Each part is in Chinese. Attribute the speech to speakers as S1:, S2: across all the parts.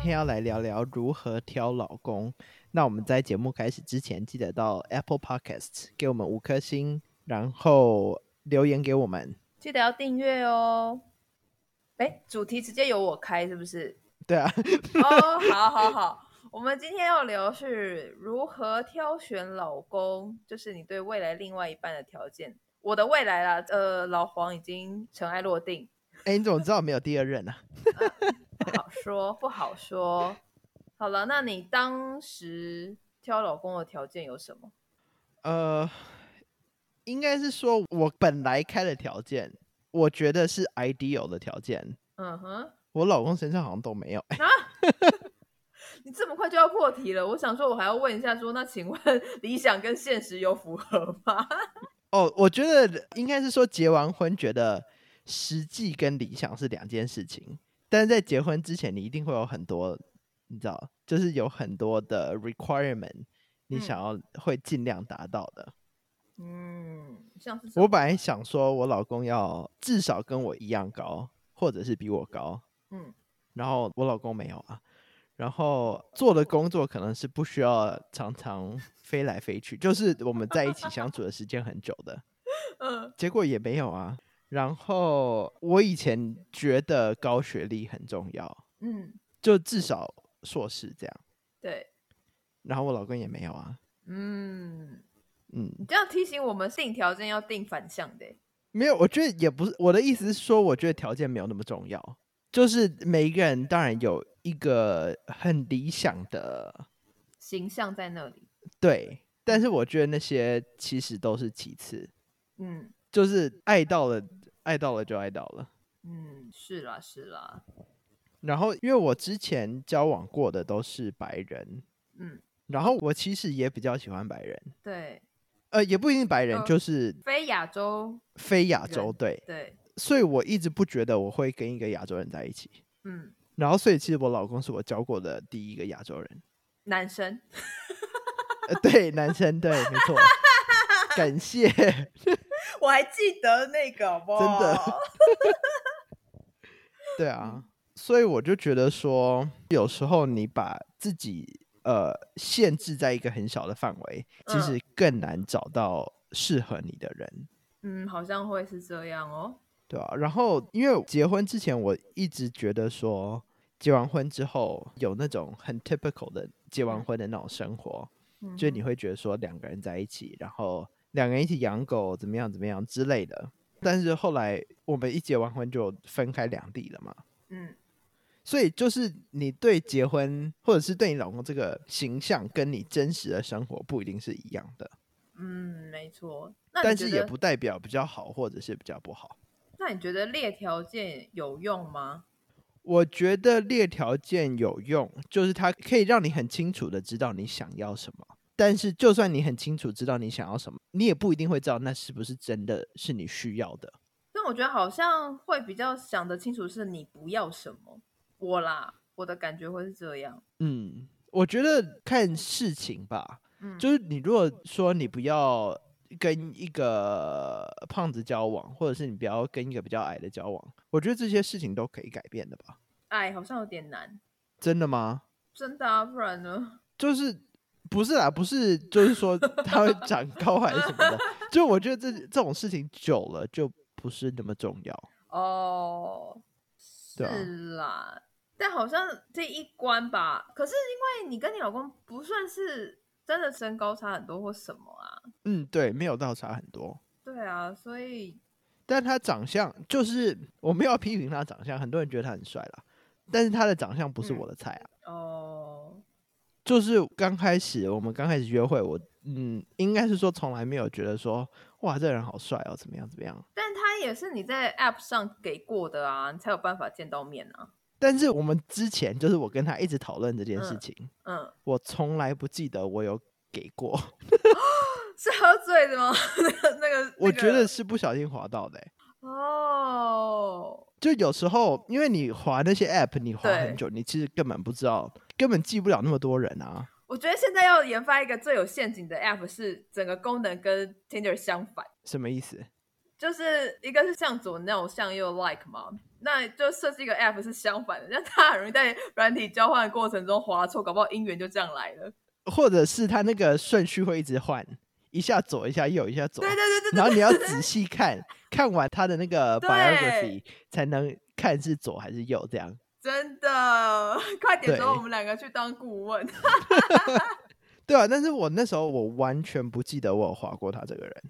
S1: 天要来聊聊如何挑老公。那我们在节目开始之前，记得到 Apple Podcast 给我们五颗星，然后留言给我们。
S2: 记得要订阅哦。哎，主题直接由我开是不是？
S1: 对啊，
S2: 哦，好好好，我们今天要聊是如何挑选老公，就是你对未来另外一半的条件。我的未来啦，呃，老黄已经尘埃落定，
S1: 哎，你怎么知道没有第二任呢、啊
S2: 不好说，不好说。好了，那你当时挑老公的条件有什么？
S1: 呃，应该是说我本来开的条件，我觉得是 ideal 的条件，
S2: 嗯哼，
S1: 我老公身上好像都没有。
S2: 你这么快就要破题了，我想说，我还要问一下说那请问理想跟现实有符合吗？
S1: 哦，我觉得应该是说结完婚觉得实际跟理想是两件事情，但是在结婚之前，你一定会有很多，你知道，就是有很多的 requirement，你
S2: 嗯
S1: 想要会尽量达到的。
S2: 嗯，像是什
S1: 我
S2: 么
S1: 本来想说我老公要至少跟我一样高，或者是比我高，
S2: 嗯，
S1: 然后我老公没有啊，然后做的工作可能是不需要常常飞来飞去，就是我们在一起相处的时间很久的，
S2: 嗯
S1: 结果也没有啊。然后我以前觉得高学历很重要，
S2: 嗯，
S1: 就至少硕士这样。
S2: 对，
S1: 然后我老公也没有啊，
S2: 嗯，
S1: 嗯，
S2: 你这样提醒我们定条件要定反向的欸，
S1: 没有。我觉得也不是我的意思是说，我觉得条件没有那么重要，就是每一个人当然有一个很理想的
S2: 形象在那里。
S1: 对，但是我觉得那些其实都是其次，
S2: 嗯
S1: 就是爱到了，爱到了就爱到了。
S2: 嗯，是啦是啦，
S1: 然后因为我之前交往过的都是白人，
S2: 嗯，
S1: 然后我其实也比较喜欢白人，
S2: 对，
S1: 呃，也不一定白人，
S2: 嗯
S1: 就是
S2: 非亚洲，
S1: 非亚洲
S2: 人
S1: 对，
S2: 对，
S1: 所以我一直不觉得我会跟一个亚洲人在一起。
S2: 嗯，
S1: 然后，所以其实我老公是我交过的第一个亚洲人，
S2: 男生，
S1: 呃、对，男生，对，没错，感谢。
S2: 我还记得那个，好不
S1: 真的
S2: 好
S1: 对啊，
S2: 嗯
S1: 所以我就觉得说，有时候你把自己呃限制在一个很小的范围，其
S2: 嗯
S1: 实更难找到适合你的人，
S2: 嗯，好像会是这样哦。
S1: 对啊。然后因为结婚之前，我一直觉得说，结完婚之后有那种很 typical 的结完
S2: 嗯
S1: 婚的那种生活，
S2: 嗯
S1: 就是你
S2: 哼
S1: 会觉得说两个人在一起，然后两个人一起养狗怎么样怎么样之类的。但是后来我们一结完婚就分开两地了嘛，
S2: 嗯
S1: 所以就是你对结婚或者是对你老公这个形象，跟你真实的生活不一定是一样的，
S2: 嗯，没错。那你
S1: 但
S2: 觉
S1: 是也
S2: 得
S1: 不代表比较好或者是比较不好。
S2: 那你觉得列条件有用吗？
S1: 我觉得列条件有用，就是它可以让你很清楚的知道你想要什么。但是，就算你很清楚知道你想要什么，你也不一定会知道那是不是真的是你需要的。
S2: 但我觉得好像会比较想得清楚是你不要什么。我啦，我的感觉会是这样。
S1: 嗯，我觉得看事情吧，
S2: 嗯，
S1: 就是你如果说你不要跟一个胖子交往，或者是你不要跟一个比较矮的交往，我觉得这些事情都可以改变的吧？
S2: 哎，好像有点难，
S1: 真的吗？
S2: 真的啊，不然呢？
S1: 就是不是啦，不是，就是说他会长高还是什么的，就我觉得这这种事情久了就不是那么重要。
S2: 哦，
S1: 对啊
S2: 是啦，但好像这一关吧。可是因为你跟你老公不算是真的身高差很多或什么啊，
S1: 嗯，对，没有倒差很多。
S2: 对啊，所以
S1: 但他长相就是我没有要批评他长相，很多人觉得他很帅啦，但是他的长相不是
S2: 嗯
S1: 我的菜啊。
S2: 哦，
S1: 就是刚开始我们刚开始约会，我嗯，应该是说从来没有觉得说哇，这人好帅哦，怎么样怎么样。
S2: 但他也是你在 App 上给过的啊，你才有办法见到面啊。
S1: 但是我们之前就是我跟他一直讨论这件事
S2: 嗯
S1: 情，
S2: 嗯，
S1: 我从来不记得我有给过，
S2: 是喝醉的吗？ 那个那个，
S1: 我
S2: 那
S1: 觉得
S2: 个
S1: 是不小心滑到的欸、
S2: 哦，
S1: 就有时候因为你滑那些 app，你滑很
S2: 对
S1: 久，你其实根本不知道，根本记不了那么多人啊。
S2: 我觉得现在要研发一个最有陷阱的 App，是整个功能跟 Tinder 相反。
S1: 什么意思？
S2: 就是一个是向左 no 向右 like 嘛，那就设计一个 app 是相反的，那它很容易在软体交换的过程中划错，搞不好姻缘就这样来了。
S1: 或者是他那个顺序会一直换，一下左一下右一下左
S2: 对，对对对对，
S1: 然后你要
S2: 对
S1: 仔细看，看完他的那个
S2: 对
S1: biography 才能看是左还是右这样。
S2: 真的快点找
S1: 对
S2: 我们两个去当顾问。
S1: 对啊，但是我那时候我完全不记得我有划过他这个人，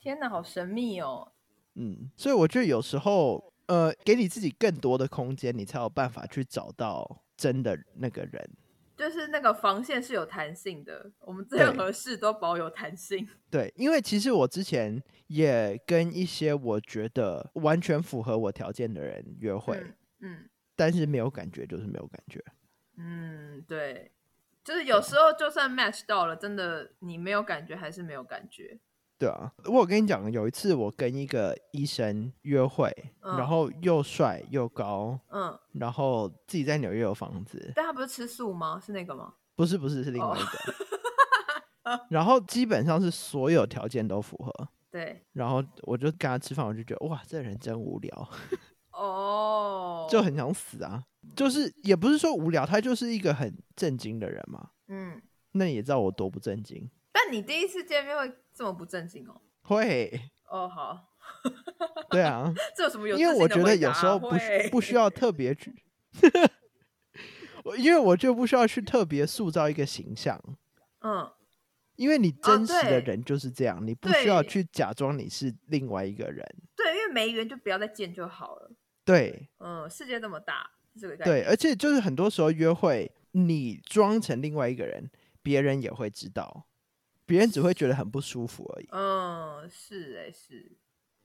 S2: 天哪，好神秘哦！
S1: 嗯，所以我觉得有时候呃，给你自己更多的空间，你才有办法去找到真的那个人。
S2: 就是那个防线是有弹性的，我们
S1: 对
S2: 任何事都保有弹性。
S1: 对，因为其实我之前也跟一些我觉得完全符合我条件的人约会，
S2: 嗯
S1: 但是没有感觉，就是没有感觉。
S2: 嗯，对，就是有时候就算 match 到了，真的你没有感觉还是没有感觉。
S1: 对啊，我有跟你讲，有一次我跟一个医生约会，
S2: 嗯
S1: 然后又帅又高，
S2: 嗯，
S1: 然后自己在纽约有房子，
S2: 但他不是吃素吗？是那个吗？
S1: 不是不是是另
S2: 哦
S1: 外一个，然后基本上是所有条件都符合，
S2: 对，
S1: 然后我就跟他吃饭，我就觉得哇，这人真无聊，
S2: 哦，
S1: 就很想死啊，就是也不是说无聊，他就是一个很震惊的人嘛，
S2: 嗯。
S1: 那你也知道我多不震惊，
S2: 但你第一次见面会这么不正经哦？
S1: 会，
S2: 哦，好，
S1: 对啊，
S2: 这有 什么有自
S1: 因
S2: 信
S1: 为
S2: 的
S1: 我
S2: 回答？
S1: 觉得有时候不需
S2: 会
S1: 不需要特别去，我因为我就不需要去特别塑造一个形象，
S2: 嗯，
S1: 因为你真实的
S2: 对
S1: 人就是这样，你不需要
S2: 对
S1: 去假装你是另外一个人。
S2: 对，因为没缘就不要再见就好了。
S1: 对
S2: 嗯，世界这么大，是这个概念。
S1: 对，而且就是很多时候约会，你装成另外一个人，别人也会知道，别人只会觉得很不舒服而已。
S2: 嗯，是哎、是，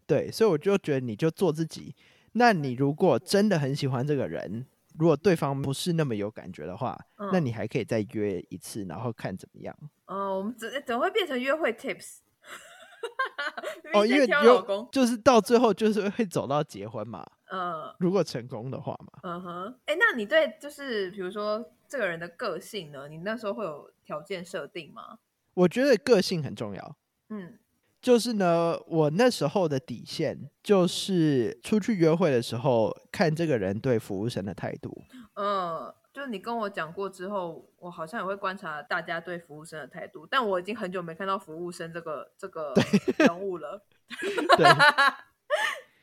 S1: 对，所以我就觉得你就做自己。那你如果真的很喜欢这个人，如果对方不是那么有感觉的话，
S2: 嗯，
S1: 那你还可以再约一次，然后看怎么样。
S2: 嗯，我们怎怎么会变成约会 tips？明
S1: 哦，因
S2: 明先
S1: 为
S2: 挑
S1: 有
S2: 老公，
S1: 就是到最后就是会走到结婚嘛，
S2: 嗯
S1: 如果成功的话嘛。
S2: 嗯哼，哎、那你对就是比如说这个人的个性呢，你那时候会有条件设定吗？
S1: 我觉得个性很重要。
S2: 嗯
S1: 就是呢，我那时候的底线就是出去约会的时候，看这个人对服务生的态度。
S2: 嗯，就是你跟我讲过之后，我好像也会观察大家对服务生的态度，但我已经很久没看到服务生这个这个人物了。
S1: 对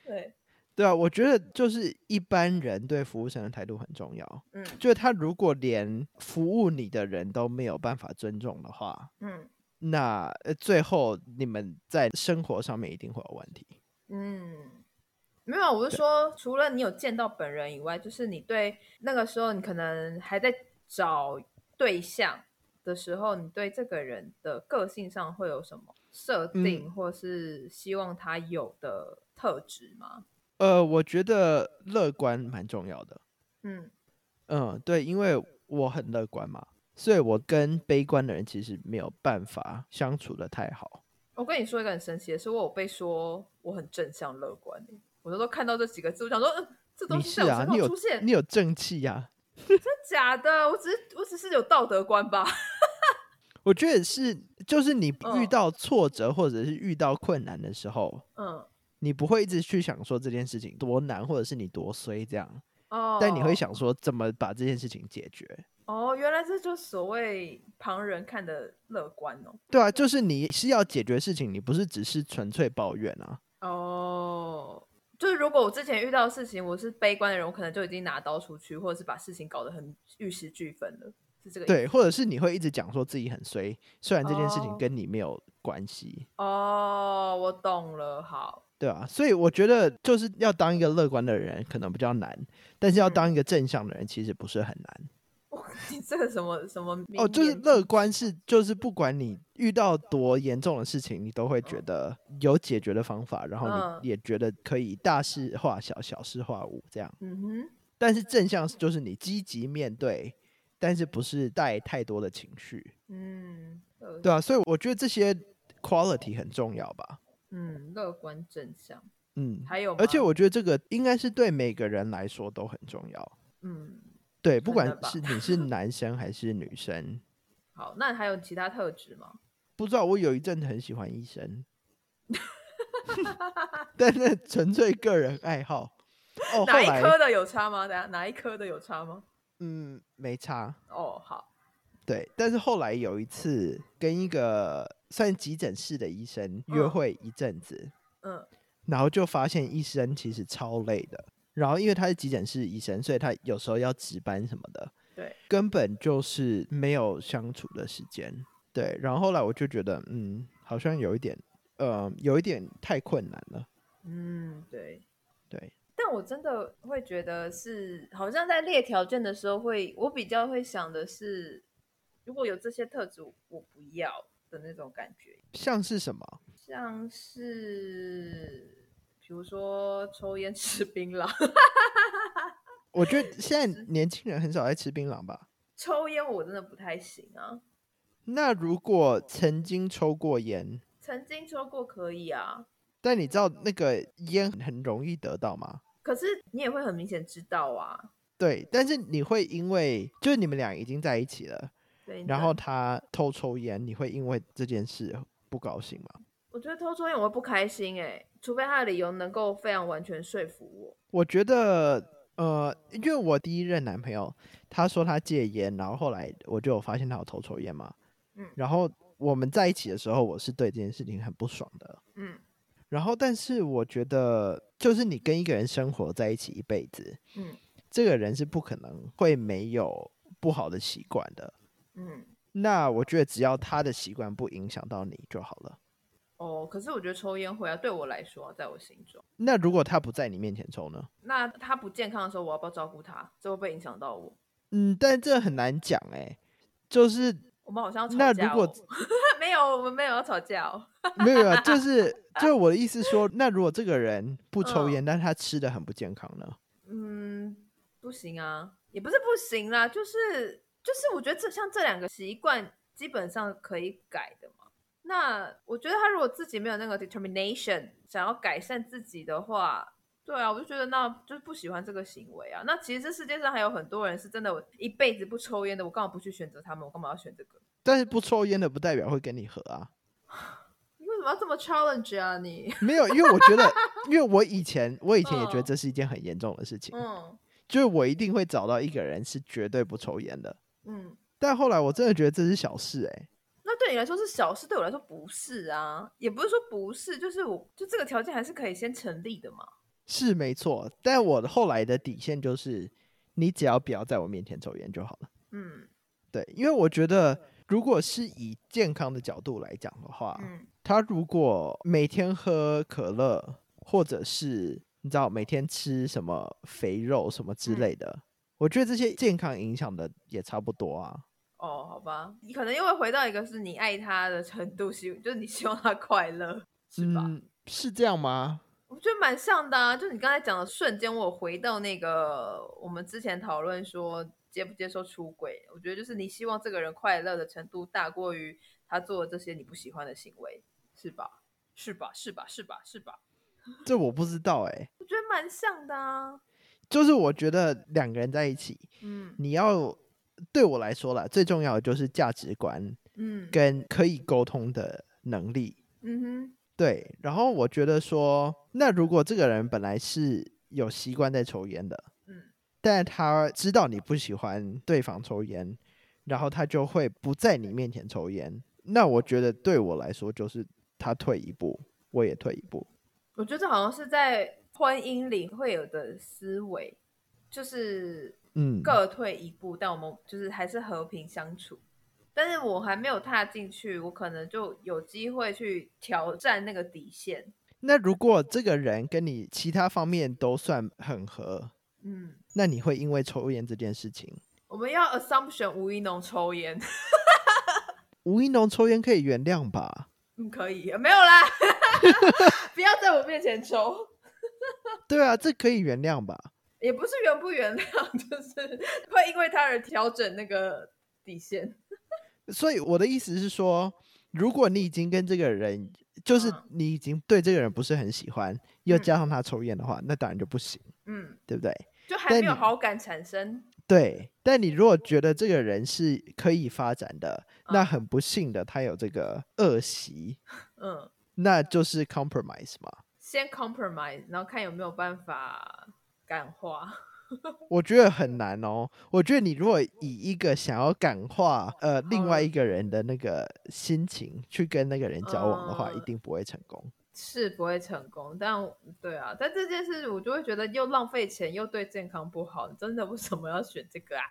S2: 对，
S1: 对啊，我觉得就是一般人对服务生的态度很重要。
S2: 嗯
S1: 就是他如果连服务你的人都没有办法尊重的话，
S2: 嗯
S1: 那呃最后你们在生活上面一定会有问题。
S2: 嗯，没有，我是说，除了你有见到本人以外，就是你对那个时候你可能还在找对象的时候，你对这个人的个性上会有什么设
S1: 嗯
S2: 定，或是希望他有的特质吗？
S1: 呃，我觉得乐观蛮重要的。
S2: 嗯
S1: 嗯，对，因为我很乐观嘛，所以我跟悲观的人其实没有办法相处的太好。
S2: 我跟你说一个很神奇的是，我有被说我很正向乐观欸，我那时候看到这几个字，我想说，嗯，这东
S1: 你
S2: 西
S1: 是
S2: 在我
S1: 啊
S2: 身，
S1: 你
S2: 上
S1: 有
S2: 出现，
S1: 你有正气呀、
S2: 真假的？我只是我只是有道德观吧。
S1: 我觉得是，就是你遇
S2: 嗯
S1: 到挫折或者是遇到困难的时候，
S2: 嗯
S1: 你不会一直去想说这件事情多难，或者是你多衰这样，
S2: 哦，
S1: 但你会想说怎么把这件事情解决。
S2: 哦，原来这就是所谓旁人看的乐观哦。
S1: 对啊，就是你是要解决事情，你不是只是纯粹抱怨啊。
S2: 哦，就是如果我之前遇到的事情，我是悲观的人，我可能就已经拿刀出去，或者是把事情搞得很玉石俱焚了，是这个意思。
S1: 对，或者是你会一直讲说自己很衰，虽然这件事情
S2: 哦
S1: 跟你没有关系。
S2: 哦，我懂了。好，
S1: 对啊，所以我觉得就是要当一个乐观的人可能比较难，但是要
S2: 嗯
S1: 当一个正向的人其实不是很难。
S2: 哇你这个什么什么名
S1: 哦，就是
S2: 言啊
S1: 乐观是就是不管你遇到多严重的事情，你都会觉得有解决的方法，然后
S2: 嗯
S1: 你也觉得可以大事化小，小事化无这样。
S2: 嗯哼，
S1: 但是正向就是你积极面对，但是不是带太多的情绪，
S2: 嗯，乐
S1: 对啊，所以我觉得这些 quality 很重要吧。
S2: 嗯，乐观正向，
S1: 嗯，
S2: 还有吗，
S1: 而且我觉得这个应该是对每个人来说都很重要。
S2: 嗯，
S1: 对，不
S2: 真
S1: 管
S2: 的吧
S1: 是你 是男生还是女生，
S2: 好，那还有其他特质吗？
S1: 不知道我有一阵子很喜欢医生，但那纯粹个人爱好。哦，后
S2: 哪一
S1: 来
S2: 科的有差吗？等下哪一科的有差吗？
S1: 嗯没差，
S2: 哦，好，
S1: 对。但是后来有一次跟一个算急诊室的医生约
S2: 嗯
S1: 会一阵子，
S2: 嗯
S1: 然后就发现医生其实超累的。然后因为他是急诊室医生，所以他有时候要值班什么的，
S2: 对，
S1: 根本就是没有相处的时间。对，然后后来我就觉得，嗯，好像有一点，呃，有一点太困难了。
S2: 嗯，对。
S1: 对，
S2: 但我真的会觉得是，好像在列条件的时候会，我比较会想的是，如果有这些特质，我不要的那种感觉，
S1: 像是什么？
S2: 像是比如说抽烟、吃槟榔。
S1: 我觉得现在年轻人很少在吃槟榔吧？
S2: 抽烟我真的不太行啊，
S1: 那如果曾经抽过烟，
S2: 曾经抽过可以啊，
S1: 但你知道那个烟很容易得到吗？
S2: 可是你也会很明显知道啊。
S1: 对，但是你会因为就是你们俩已经在一起了，
S2: 对，
S1: 然后他偷抽烟，你会因为这件事不高兴吗？
S2: 我觉得偷抽烟我会不开心哎、除非他的理由能够非常完全说服我。
S1: 我觉得，呃，因为我第一任男朋友，他说他戒烟，然后后来我就有发现他有偷抽烟嘛，
S2: 嗯
S1: 然后我们在一起的时候，我是对这件事情很不爽的。
S2: 嗯
S1: 然后，但是我觉得，就是你跟一个人生活在一起一辈子，
S2: 嗯
S1: 这个人是不可能会没有不好的习惯的。
S2: 嗯，
S1: 那我觉得，只要他的习惯不影响到你就好了。
S2: 哦，可是我觉得抽烟会啊，对我来说啊、在我心中，
S1: 那如果他不在你面前抽呢？
S2: 那他不健康的时候，我要不要照顾他？这会不会影响到我？
S1: 嗯，但这很难讲哎、就是
S2: 我们好像要
S1: 那
S2: 吵
S1: 如
S2: 架、哦。
S1: 果
S2: 没有，我们没有要吵架哦。
S1: 没有啊，就是就是我的意思说，那如果这个人不抽烟，但是他吃的很不健康呢？
S2: 嗯，不行啊，也不是不行啦，就是就是，我觉得这像这两个习惯基本上可以改的嘛。那我觉得他如果自己没有那个 determination，想要改善自己的话，对啊，我就觉得那就是不喜欢这个行为啊。那其实这世界上还有很多人是真的一辈子不抽烟的，我干嘛不去选择他们？我干嘛要选这个？
S1: 但是不抽烟的不代表会跟你合啊，
S2: 你为什么要这么 challenge 啊你？
S1: 没有，因为我觉得，因为我以前我以前也觉得
S2: 嗯
S1: 这是一件很严重的事情，啊
S2: 嗯
S1: 就是我一定会找到一个人是绝对不抽烟的。
S2: 嗯，
S1: 但后来我真的觉得这是小事哎、
S2: 那对你来说是小事，对我来说不是啊，也不是说不是，就是我就这个条件还是可以先成立的嘛。
S1: 是没错。但我的后来的底线就是，你只要不要在我面前抽烟就好了。
S2: 嗯
S1: 对，因为我觉得如果是以健康的角度来讲的话，
S2: 嗯
S1: 他如果每天喝可乐，或者是你知道每天吃什么肥肉什么之
S2: 嗯
S1: 类的，我觉得这些健康影响的也差不多啊。
S2: 哦，好吧，你可能又会回到一个是你爱他的程度，希就是你希望他快乐，是吧？
S1: 嗯，是这样吗？
S2: 我觉得蛮像的啊，就你刚才讲的瞬间，我有回到那个我们之前讨论说接不接受出轨，我觉得就是你希望这个人快乐的程度大过于他做的这些你不喜欢的行为，是吧？是吧？是吧？是吧？是吧？
S1: 这我不知道哎、
S2: 我觉得蛮像的啊，
S1: 就是我觉得两个人在一起，
S2: 嗯
S1: 你要对我来说啦，最重要的就是价值观
S2: 嗯
S1: 跟可以沟通的能力。
S2: 嗯哼
S1: 对，然后我觉得说，那如果这个人本来是有习惯在抽烟的，
S2: 嗯
S1: 但他知道你不喜欢对方抽烟，然后他就会不在你面前抽烟。那我觉得对我来说，就是他退一步，我也退一步。
S2: 我觉得这好像是在婚姻里会有的思维，就是
S1: 嗯，
S2: 各退一步，但我们就是还是和平相处。但是我还没有踏进去，我可能就有机会去挑战那个底线。
S1: 那如果这个人跟你其他方面都算很合，
S2: 嗯，
S1: 那你会因为抽烟这件事情，
S2: 我们要 assumption 吴一农抽烟，
S1: 吴一农抽烟可以原谅吧？
S2: 嗯，可以，没有啦， 不要在我面前抽，
S1: 对啊，这可以原谅吧？
S2: 也不是原不原谅， 就是会因为他而调整那个底线。
S1: 所以我的意思是说，如果你已经跟这个人，就是
S2: 嗯
S1: 你已经对这个人不是很喜欢，又
S2: 嗯
S1: 加上他抽烟的话，那当然就不行，
S2: 嗯，
S1: 对不对？
S2: 就还
S1: 但
S2: 没有
S1: 你
S2: 好感产生。
S1: 对。但你如果觉得这个人是可以发展的，那
S2: 嗯
S1: 很不幸的，他有这个恶习，
S2: 嗯，
S1: 那就是 compromise 嘛。
S2: 先 compromise，然后看有没有办法感化。
S1: 我觉得很难哦。我觉得你如果以一个想要感化呃另
S2: 嗯
S1: 外一个人的那个心情去跟那个人交往的话，
S2: 嗯
S1: 一定不会成功。
S2: 是不会成功，但我对啊，但这件事我就会觉得又浪费钱，又对健康不好，真的为什么要选这个啊？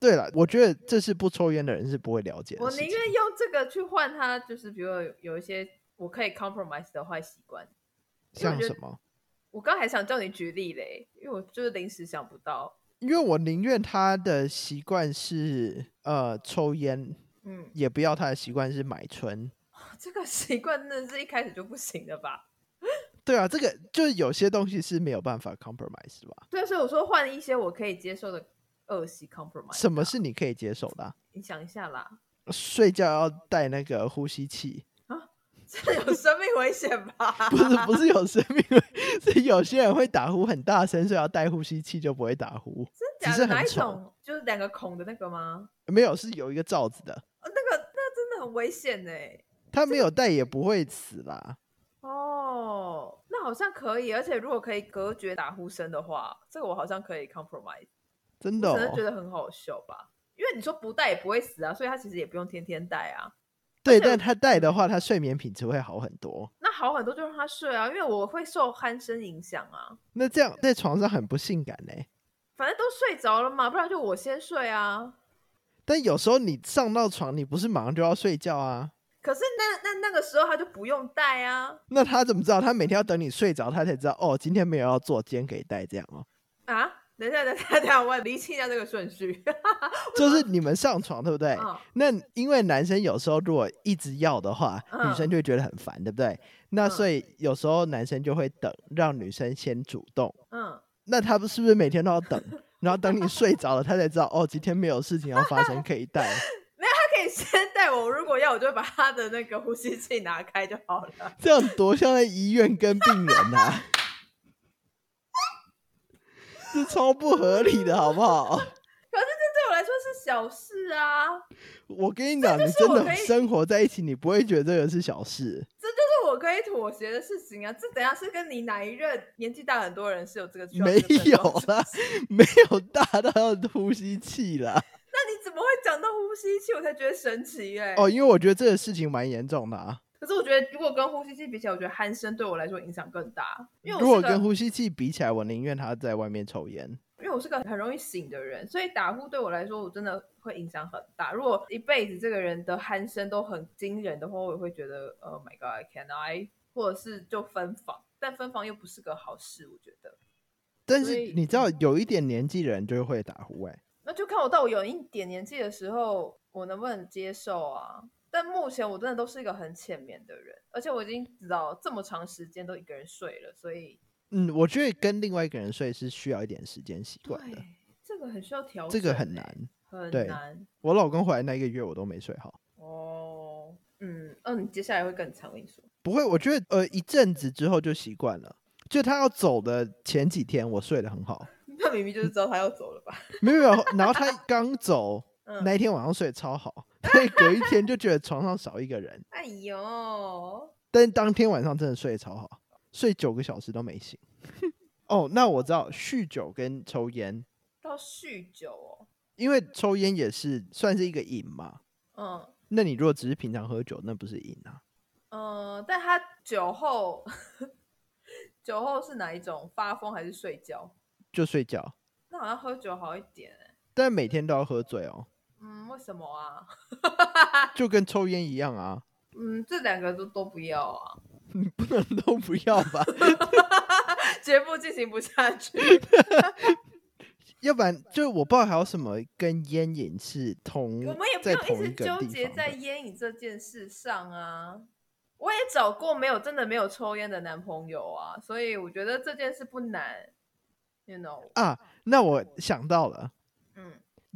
S1: 对了，我觉得这是不抽烟的人是不会了解的
S2: 我
S1: 事
S2: 宁
S1: 情
S2: 愿用这个去换它，就是比如有有一些我可以 compromise 的坏习惯。因为我
S1: 像
S2: 觉
S1: 什
S2: 得
S1: 么？
S2: 我刚还想叫你举例嘞，因为我就是临时想不到。
S1: 因为我宁愿他的习惯是呃抽烟，
S2: 嗯，
S1: 也不要他的习惯是买春。
S2: 这个习惯真的是一开始就不行的吧？
S1: 对啊，这个就是有些东西是没有办法 compromise 的吧？
S2: 对啊，所以我说换一些我可以接受的恶习 compromise 啊。
S1: 什么是你可以接受的啊、
S2: 你想一下啦，
S1: 睡觉要带那个呼吸器，
S2: 这有生命危险吧？
S1: 不是不是有生命危，是有些人会打呼很大声，所以要带呼吸器就不会打呼。
S2: 真
S1: 只
S2: 假
S1: 是
S2: 的哪
S1: 很
S2: 一
S1: 丑
S2: 种？就是两个孔的那个吗？
S1: 没有，是有一个罩子的，
S2: 呃那个那真的很危险欸呢、
S1: 他没有带也不会死啦。
S2: 哦，那好像可以，而且如果可以隔绝打呼声的话，这个我好像可以 compromise，
S1: 真的、
S2: 我只是觉
S1: 哦，
S2: 得很好笑吧。因为你说不戴也不会死啊，所以他其实也不用天天戴啊。
S1: 对，
S2: 而且
S1: 但他戴的话，他睡眠品质会好很多。
S2: 那好很多就让他睡啊，因为我会受鼾声影响啊。
S1: 那这样在床上很不性感嘞、
S2: 反正都睡着了嘛，不然就我先睡啊。
S1: 但有时候你上到床，你不是马上就要睡觉啊？
S2: 可是那那那个时候他就不用戴啊
S1: 那他怎么知道？他每天要等你睡着，他才知道哦，今天没有要做，今天可以戴这样哦。
S2: 啊！等一下等一下等一下，我要厘清一下这个顺序。
S1: 就是你们上床对不对？
S2: 嗯
S1: 那因为男生有时候如果一直要的话，
S2: 嗯
S1: 女生就会觉得很烦，对不对？那
S2: 嗯
S1: 所以有时候男生就会等，让女生先主动。
S2: 嗯，
S1: 那他是不是每天都要 等？然后等你睡着了，他才知道哦，今天没有事情要发生，可以带。
S2: 他可以先带我，如果要我就会把他的那个呼吸器拿开就好了。
S1: 这样多像在医院跟病人啊！这超不合理的，好不好？
S2: 对我来说是小事啊，
S1: 我跟你讲，
S2: 这
S1: 你
S2: 就是
S1: 真
S2: 我
S1: 的
S2: 可以
S1: 生活在一起，你不会觉得这个是小事。
S2: 这是我可以妥协的事情啊。这等下是跟你哪一任年纪大很多人是有这个需要
S1: 没
S2: 这个
S1: 有
S2: 症状是不
S1: 啦
S2: 是
S1: 没有大到要呼吸器啦。
S2: 那你怎么会讲到呼吸器，我才觉得神奇哎、
S1: 哦，因为我觉得这个事情蛮严重的啊。
S2: 可是我觉得，如果跟呼吸器比起来，我觉得鼾声对我来说影响更大，因为
S1: 如
S2: 我
S1: 果
S2: 是个
S1: 跟呼吸器比起来，我宁愿他在外面抽烟。
S2: 因为我是个很容易醒的人，所以打呼对我来说，我真的会影响很大。如果一辈子这个人的鼾声都很惊人的话，我也会觉得，Oh my God，can I？或者是就分房，但分房又不是个好事，我觉得。
S1: 但
S2: 所
S1: 是
S2: 以
S1: 你知道，有一点年纪的人就会打呼哎、
S2: 那就看我到我有一点年纪的时候，我能不能接受啊？但目前我真的都是一个很浅眠的人，而且我已经知道这么长时间都一个人睡了，所以
S1: 嗯，我觉得跟另外一个人睡是需要一点时间习
S2: 对
S1: 惯的，
S2: 这个很需要调整、欸
S1: 这个很，难。对
S2: 很难。
S1: 我老公回来那一个月我都没睡好，
S2: 哦，嗯，嗯、你接下来会更长，我跟你说。
S1: 不会，我觉得呃一阵子之后就习惯了。就他要走的前几天，我睡得很好，
S2: 那明明就是知道他要走了吧？
S1: 没有没有。然后他刚走
S2: 嗯，
S1: 那一天晚上睡得超好， 所以隔一天就觉得床上少一个人，
S2: 哎呦，
S1: 但是当天晚上真的睡得超好，睡九个小时都没醒。哦，那我知道酗酒跟抽烟，
S2: 到酗酒哦，
S1: 因为抽烟也是算是一个瘾嘛。
S2: 嗯
S1: 那你如果只是平常喝酒，那不是瘾啊？
S2: 嗯、呃但他酒后， 酒后是哪一种？发疯还是睡觉？
S1: 就睡觉，
S2: 那好像喝酒好一点哎。
S1: 但每天都要喝醉哦，
S2: 嗯，为什么啊？
S1: 就跟抽烟一样啊，
S2: 嗯，这两个都都不要啊，
S1: 你不能都不要吧？
S2: 节目进行不下去。
S1: 要不然就我不知道还有什么跟烟瘾是同，
S2: 我们也不
S1: 在
S2: 用一
S1: 同
S2: 直
S1: 个
S2: 纠
S1: 地
S2: 结
S1: 方
S2: 在
S1: 的
S2: 烟瘾这件事上啊。我也找过没有真的没有抽烟的男朋友啊，所以我觉得这件事不难，you know，
S1: 啊。那我想到了
S2: 嗯，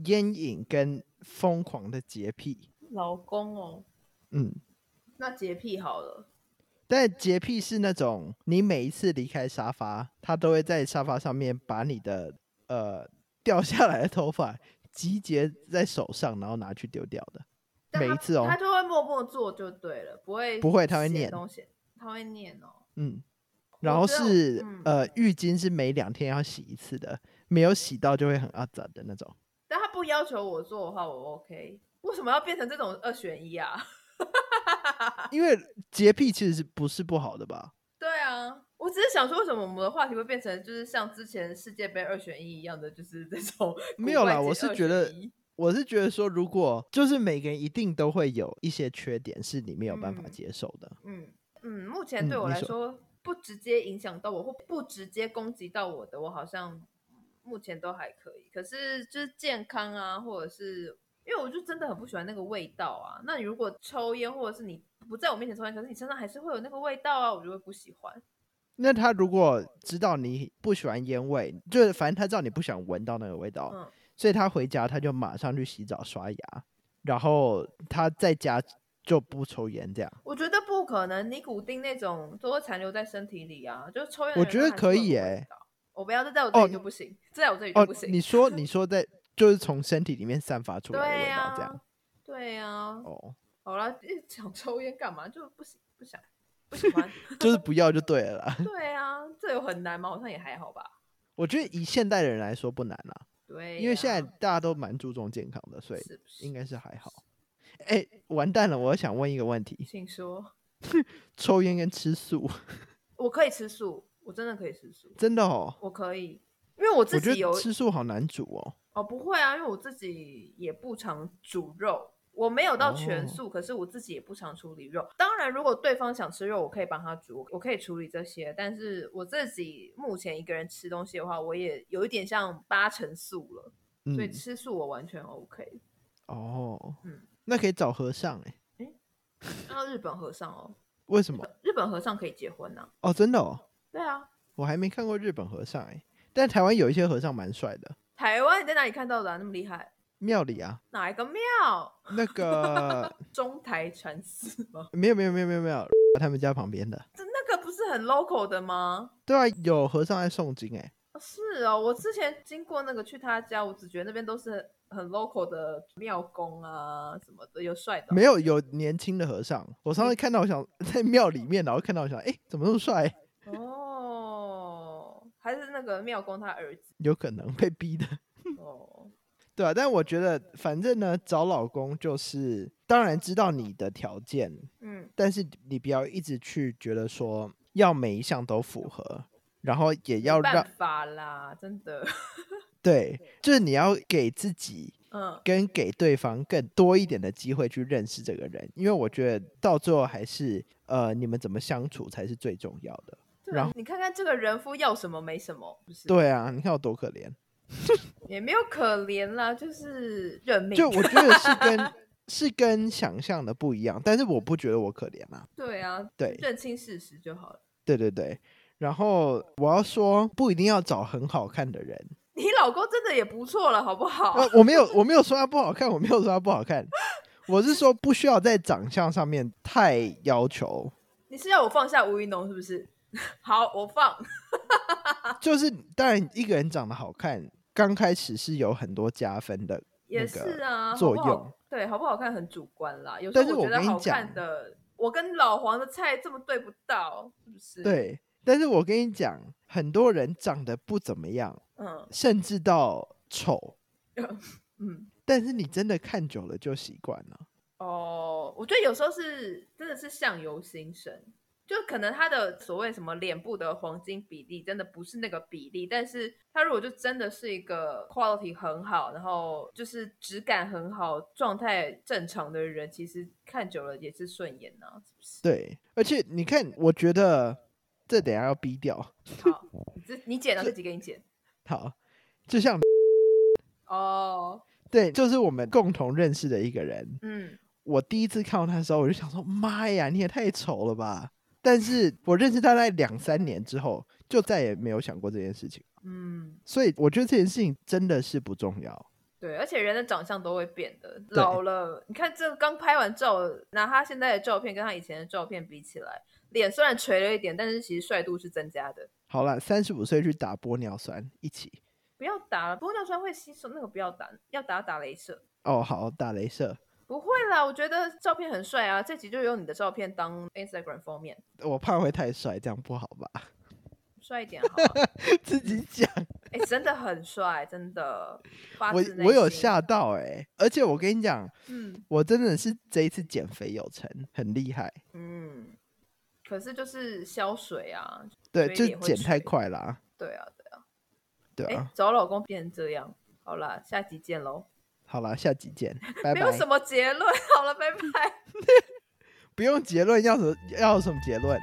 S1: 烟瘾跟疯狂的洁癖，
S2: 老公哦，
S1: 嗯，
S2: 那洁癖好了，
S1: 但洁癖是那种你每一次离开沙发，他都会在沙发上面把你的呃掉下来的头发集结在手上，然后拿去丢掉的。
S2: 但
S1: 每
S2: 他
S1: 一次哦
S2: 他就会默默做就对了，不会
S1: 不会他会
S2: 写
S1: 念
S2: 东西，他会念哦。
S1: 嗯，然后
S2: 我觉得
S1: 是、
S2: 嗯
S1: 呃浴巾是每两天要洗一次的，没有洗到就会很阿杂的那种。
S2: 但他不要求我做的话，我 OK。为什么要变成这种二选一啊？
S1: 因为洁癖其实是不是不好的吧？
S2: 对啊，我只是想说，为什么我们的话题会变成就是像之前世界杯二选一一样的，就是这种
S1: 没有啦
S2: 古怪
S1: 我
S2: 界
S1: 是觉得
S2: 二选一
S1: 我是觉得说，如果就是每个人一定都会有一些缺点是你没有办法
S2: 嗯
S1: 接受的，
S2: 嗯嗯，目前对
S1: 嗯
S2: 我
S1: 你
S2: 来
S1: 说
S2: 说、不直接影响到我，或不直接攻击到我的，我好像目前都还可以。可是就是健康啊，或者是因为我就真的很不喜欢那个味道啊。那你如果抽烟，或者是你不在我面前抽烟，可是你身上还是会有那个味道啊，我就会不喜欢。
S1: 那他如果知道你不喜欢烟味，就是反正他知道你不想闻到那个味道，
S2: 嗯
S1: 所以他回家他就马上去洗澡刷牙，然后他在家就不抽烟这样。
S2: 我觉得不可能，尼古丁那种都会残留在身体里啊，就是抽烟的
S1: 我
S2: 人
S1: 觉得
S2: 他还是会
S1: 可
S2: 有
S1: 以
S2: 那个
S1: 欸
S2: 味道我不要，这在我
S1: 哦
S2: 这里就不行，这在我这里就
S1: 哦
S2: 不，行。
S1: 你说你说在就是从身体里面散发出来的
S2: 对啊
S1: 味
S2: 呀、
S1: 道这样。
S2: 对啊呀、
S1: 哦，
S2: 好啦，一想抽烟干嘛？就不喜不想不喜 欢。
S1: 就是不要就对了啦。
S2: 对啊，这有很难吗？好像也还好吧。
S1: 我觉得以现代的人来说不难啦，
S2: 对呀、啊
S1: 因为现在大家都蛮注重健康的，所以
S2: 是不是
S1: 应该是还好。哎、完蛋了！我想问一个问题：
S2: 请说，
S1: 抽烟跟吃素，
S2: 我可以吃素，我真的可以吃素，
S1: 真的哦？
S2: 我可以，因为我
S1: 我
S2: 自
S1: 觉
S2: 己有
S1: 得吃素好难煮哦。
S2: 哦，不会啊，因为我自己也不常煮肉，我没有到全
S1: 哦
S2: 素，可是我自己也不常处理肉。当然，如果对方想吃肉，我可以帮他煮，我可以处理这些。但是我自己目前一个人吃东西的话，我也有一点像八成素了，所以
S1: 嗯，
S2: 吃素我完全 OK。
S1: 哦，
S2: 嗯
S1: 那可以找和尚哎、
S2: 看到日本和尚哦，
S1: 为 什么？
S2: 日本和尚可以结婚呐、
S1: 哦，真的哦，
S2: 对啊，
S1: 我还没看过日本和尚哎、但台湾有一些和尚蛮帅的，
S2: 台湾你在哪里看到的、啊？那么厉害？
S1: 庙里啊，
S2: 哪一个庙？
S1: 那 个
S2: 中台禅寺吗？
S1: 没有没有没有没有没有，他们家旁边的，
S2: 这那个不是很 local 的吗？
S1: 对啊，有和尚在诵经哎、
S2: 是哦，我之前经过那个去他家，我只觉得那边都是很 local 的庙公啊什么的，有帅的哦。嗯
S1: 没有有年轻的和尚，我上次看到我想 在庙里面，然后看到我想，哎、怎么那么帅？
S2: 哦，还是那个庙公他儿子
S1: 有可能被逼的，
S2: 哦。
S1: 对啊。但我觉得反正呢，找老公就是当然知道你的条件，
S2: 嗯，
S1: 但是你不要一直去觉得说要每一项都符合，然后也要
S2: 没
S1: 让
S2: 办法啦，真的。
S1: 对，就是你要给自己
S2: 嗯，
S1: 跟给对方更多一点的机会去认识这个人，因为我觉得到最后还是呃你们怎么相处才是最重要的。
S2: 对啊你看看这个人夫要什么没什么，不是？，
S1: 对啊，你看我多可怜。
S2: 也没有可怜啦，就是认命。
S1: 就我觉得是 跟是跟想象的不一样，但是我不觉得我可怜啊。
S2: 对啊，
S1: 对
S2: 认清事实就好了。
S1: 对对对，然后我要说，不一定要找很好看的人。
S2: 你老公真的也不错了，好不好？
S1: 呃，我没有我没有说他不好看，我没有说他不好看，我是说不需要在长相上面太要求。
S2: 你是要我放下吴云龙是不是？ 好，我放。
S1: 就是当然，一个人长得好看，刚开始是有很多加分的。
S2: 也
S1: 那
S2: 是
S1: 个
S2: 啊，好
S1: 作
S2: 不好
S1: 用
S2: 对，好不好看很主观啦。有时
S1: 但
S2: 候
S1: 是
S2: 我觉
S1: 我
S2: 得
S1: 跟你
S2: 好
S1: 讲
S2: 看的，我跟老黄的菜这么对不到，是不是？，
S1: 对，但是我跟你讲，很多人长得不怎么样，
S2: 嗯
S1: 甚至到丑，
S2: 嗯，
S1: 但是你真的看久了就习惯了。
S2: 哦，我觉得有时候是真的是相由心生，就可能他的所谓什么脸部的黄金比例真的不是那个比例，但是他如果就真的是一个 quality 很好，然后就是质感很好、状态正常的人，其实看久了也是顺眼呐、啊，是不是？
S1: 对，而且你看，我觉得这等一下要逼掉。
S2: 好，你这你剪了这集给你剪
S1: 好，就像
S2: 哦。
S1: 对，就是我们共同认识的一个人。
S2: 嗯，
S1: 我第一次看到他的时候，我就想说：“妈呀，你也太丑了吧！”但是我认识他在两三年之后，就再也没有想过这件事情。
S2: 嗯，
S1: 所以我觉得这件事情真的是不重要。
S2: 对，而且人的长相都会变的，老了，你看这刚拍完照，拿他现在的照片跟他以前的照片比起来，脸虽然垂了一点，但是其实帅度是增加的。
S1: 好了，三十五岁去打玻尿酸，一起
S2: 不要打了，玻尿酸会吸收，那个不要打，要打打镭射。
S1: 哦。好，打镭射，
S2: 不会啦，我觉得照片很帅啊，这集就用你的照片当 Instagram 封面，
S1: 我怕会太帅，这样不好吧？
S2: 帅一点好了。
S1: 自己讲，
S2: 哎、真的很帅，真的。发
S1: 我
S2: 自内
S1: 我有
S2: 心，
S1: 吓到哎、而且我跟你讲，
S2: 嗯
S1: 我真的是这一次减肥有成，很厉害。
S2: 嗯，可是就是消水啊，
S1: 对，
S2: 所以
S1: 就
S2: 也会
S1: 减太
S2: 垂
S1: 快啦、
S2: 对啊，对啊。
S1: 对
S2: 哎、
S1: 啊，
S2: 找老公变成这样，好啦，下集见喽。
S1: 好啦，下集 见，拜
S2: 没
S1: 拜
S2: 有。什么结论，好了，拜拜。
S1: 不用结论，要什么要有什么结论？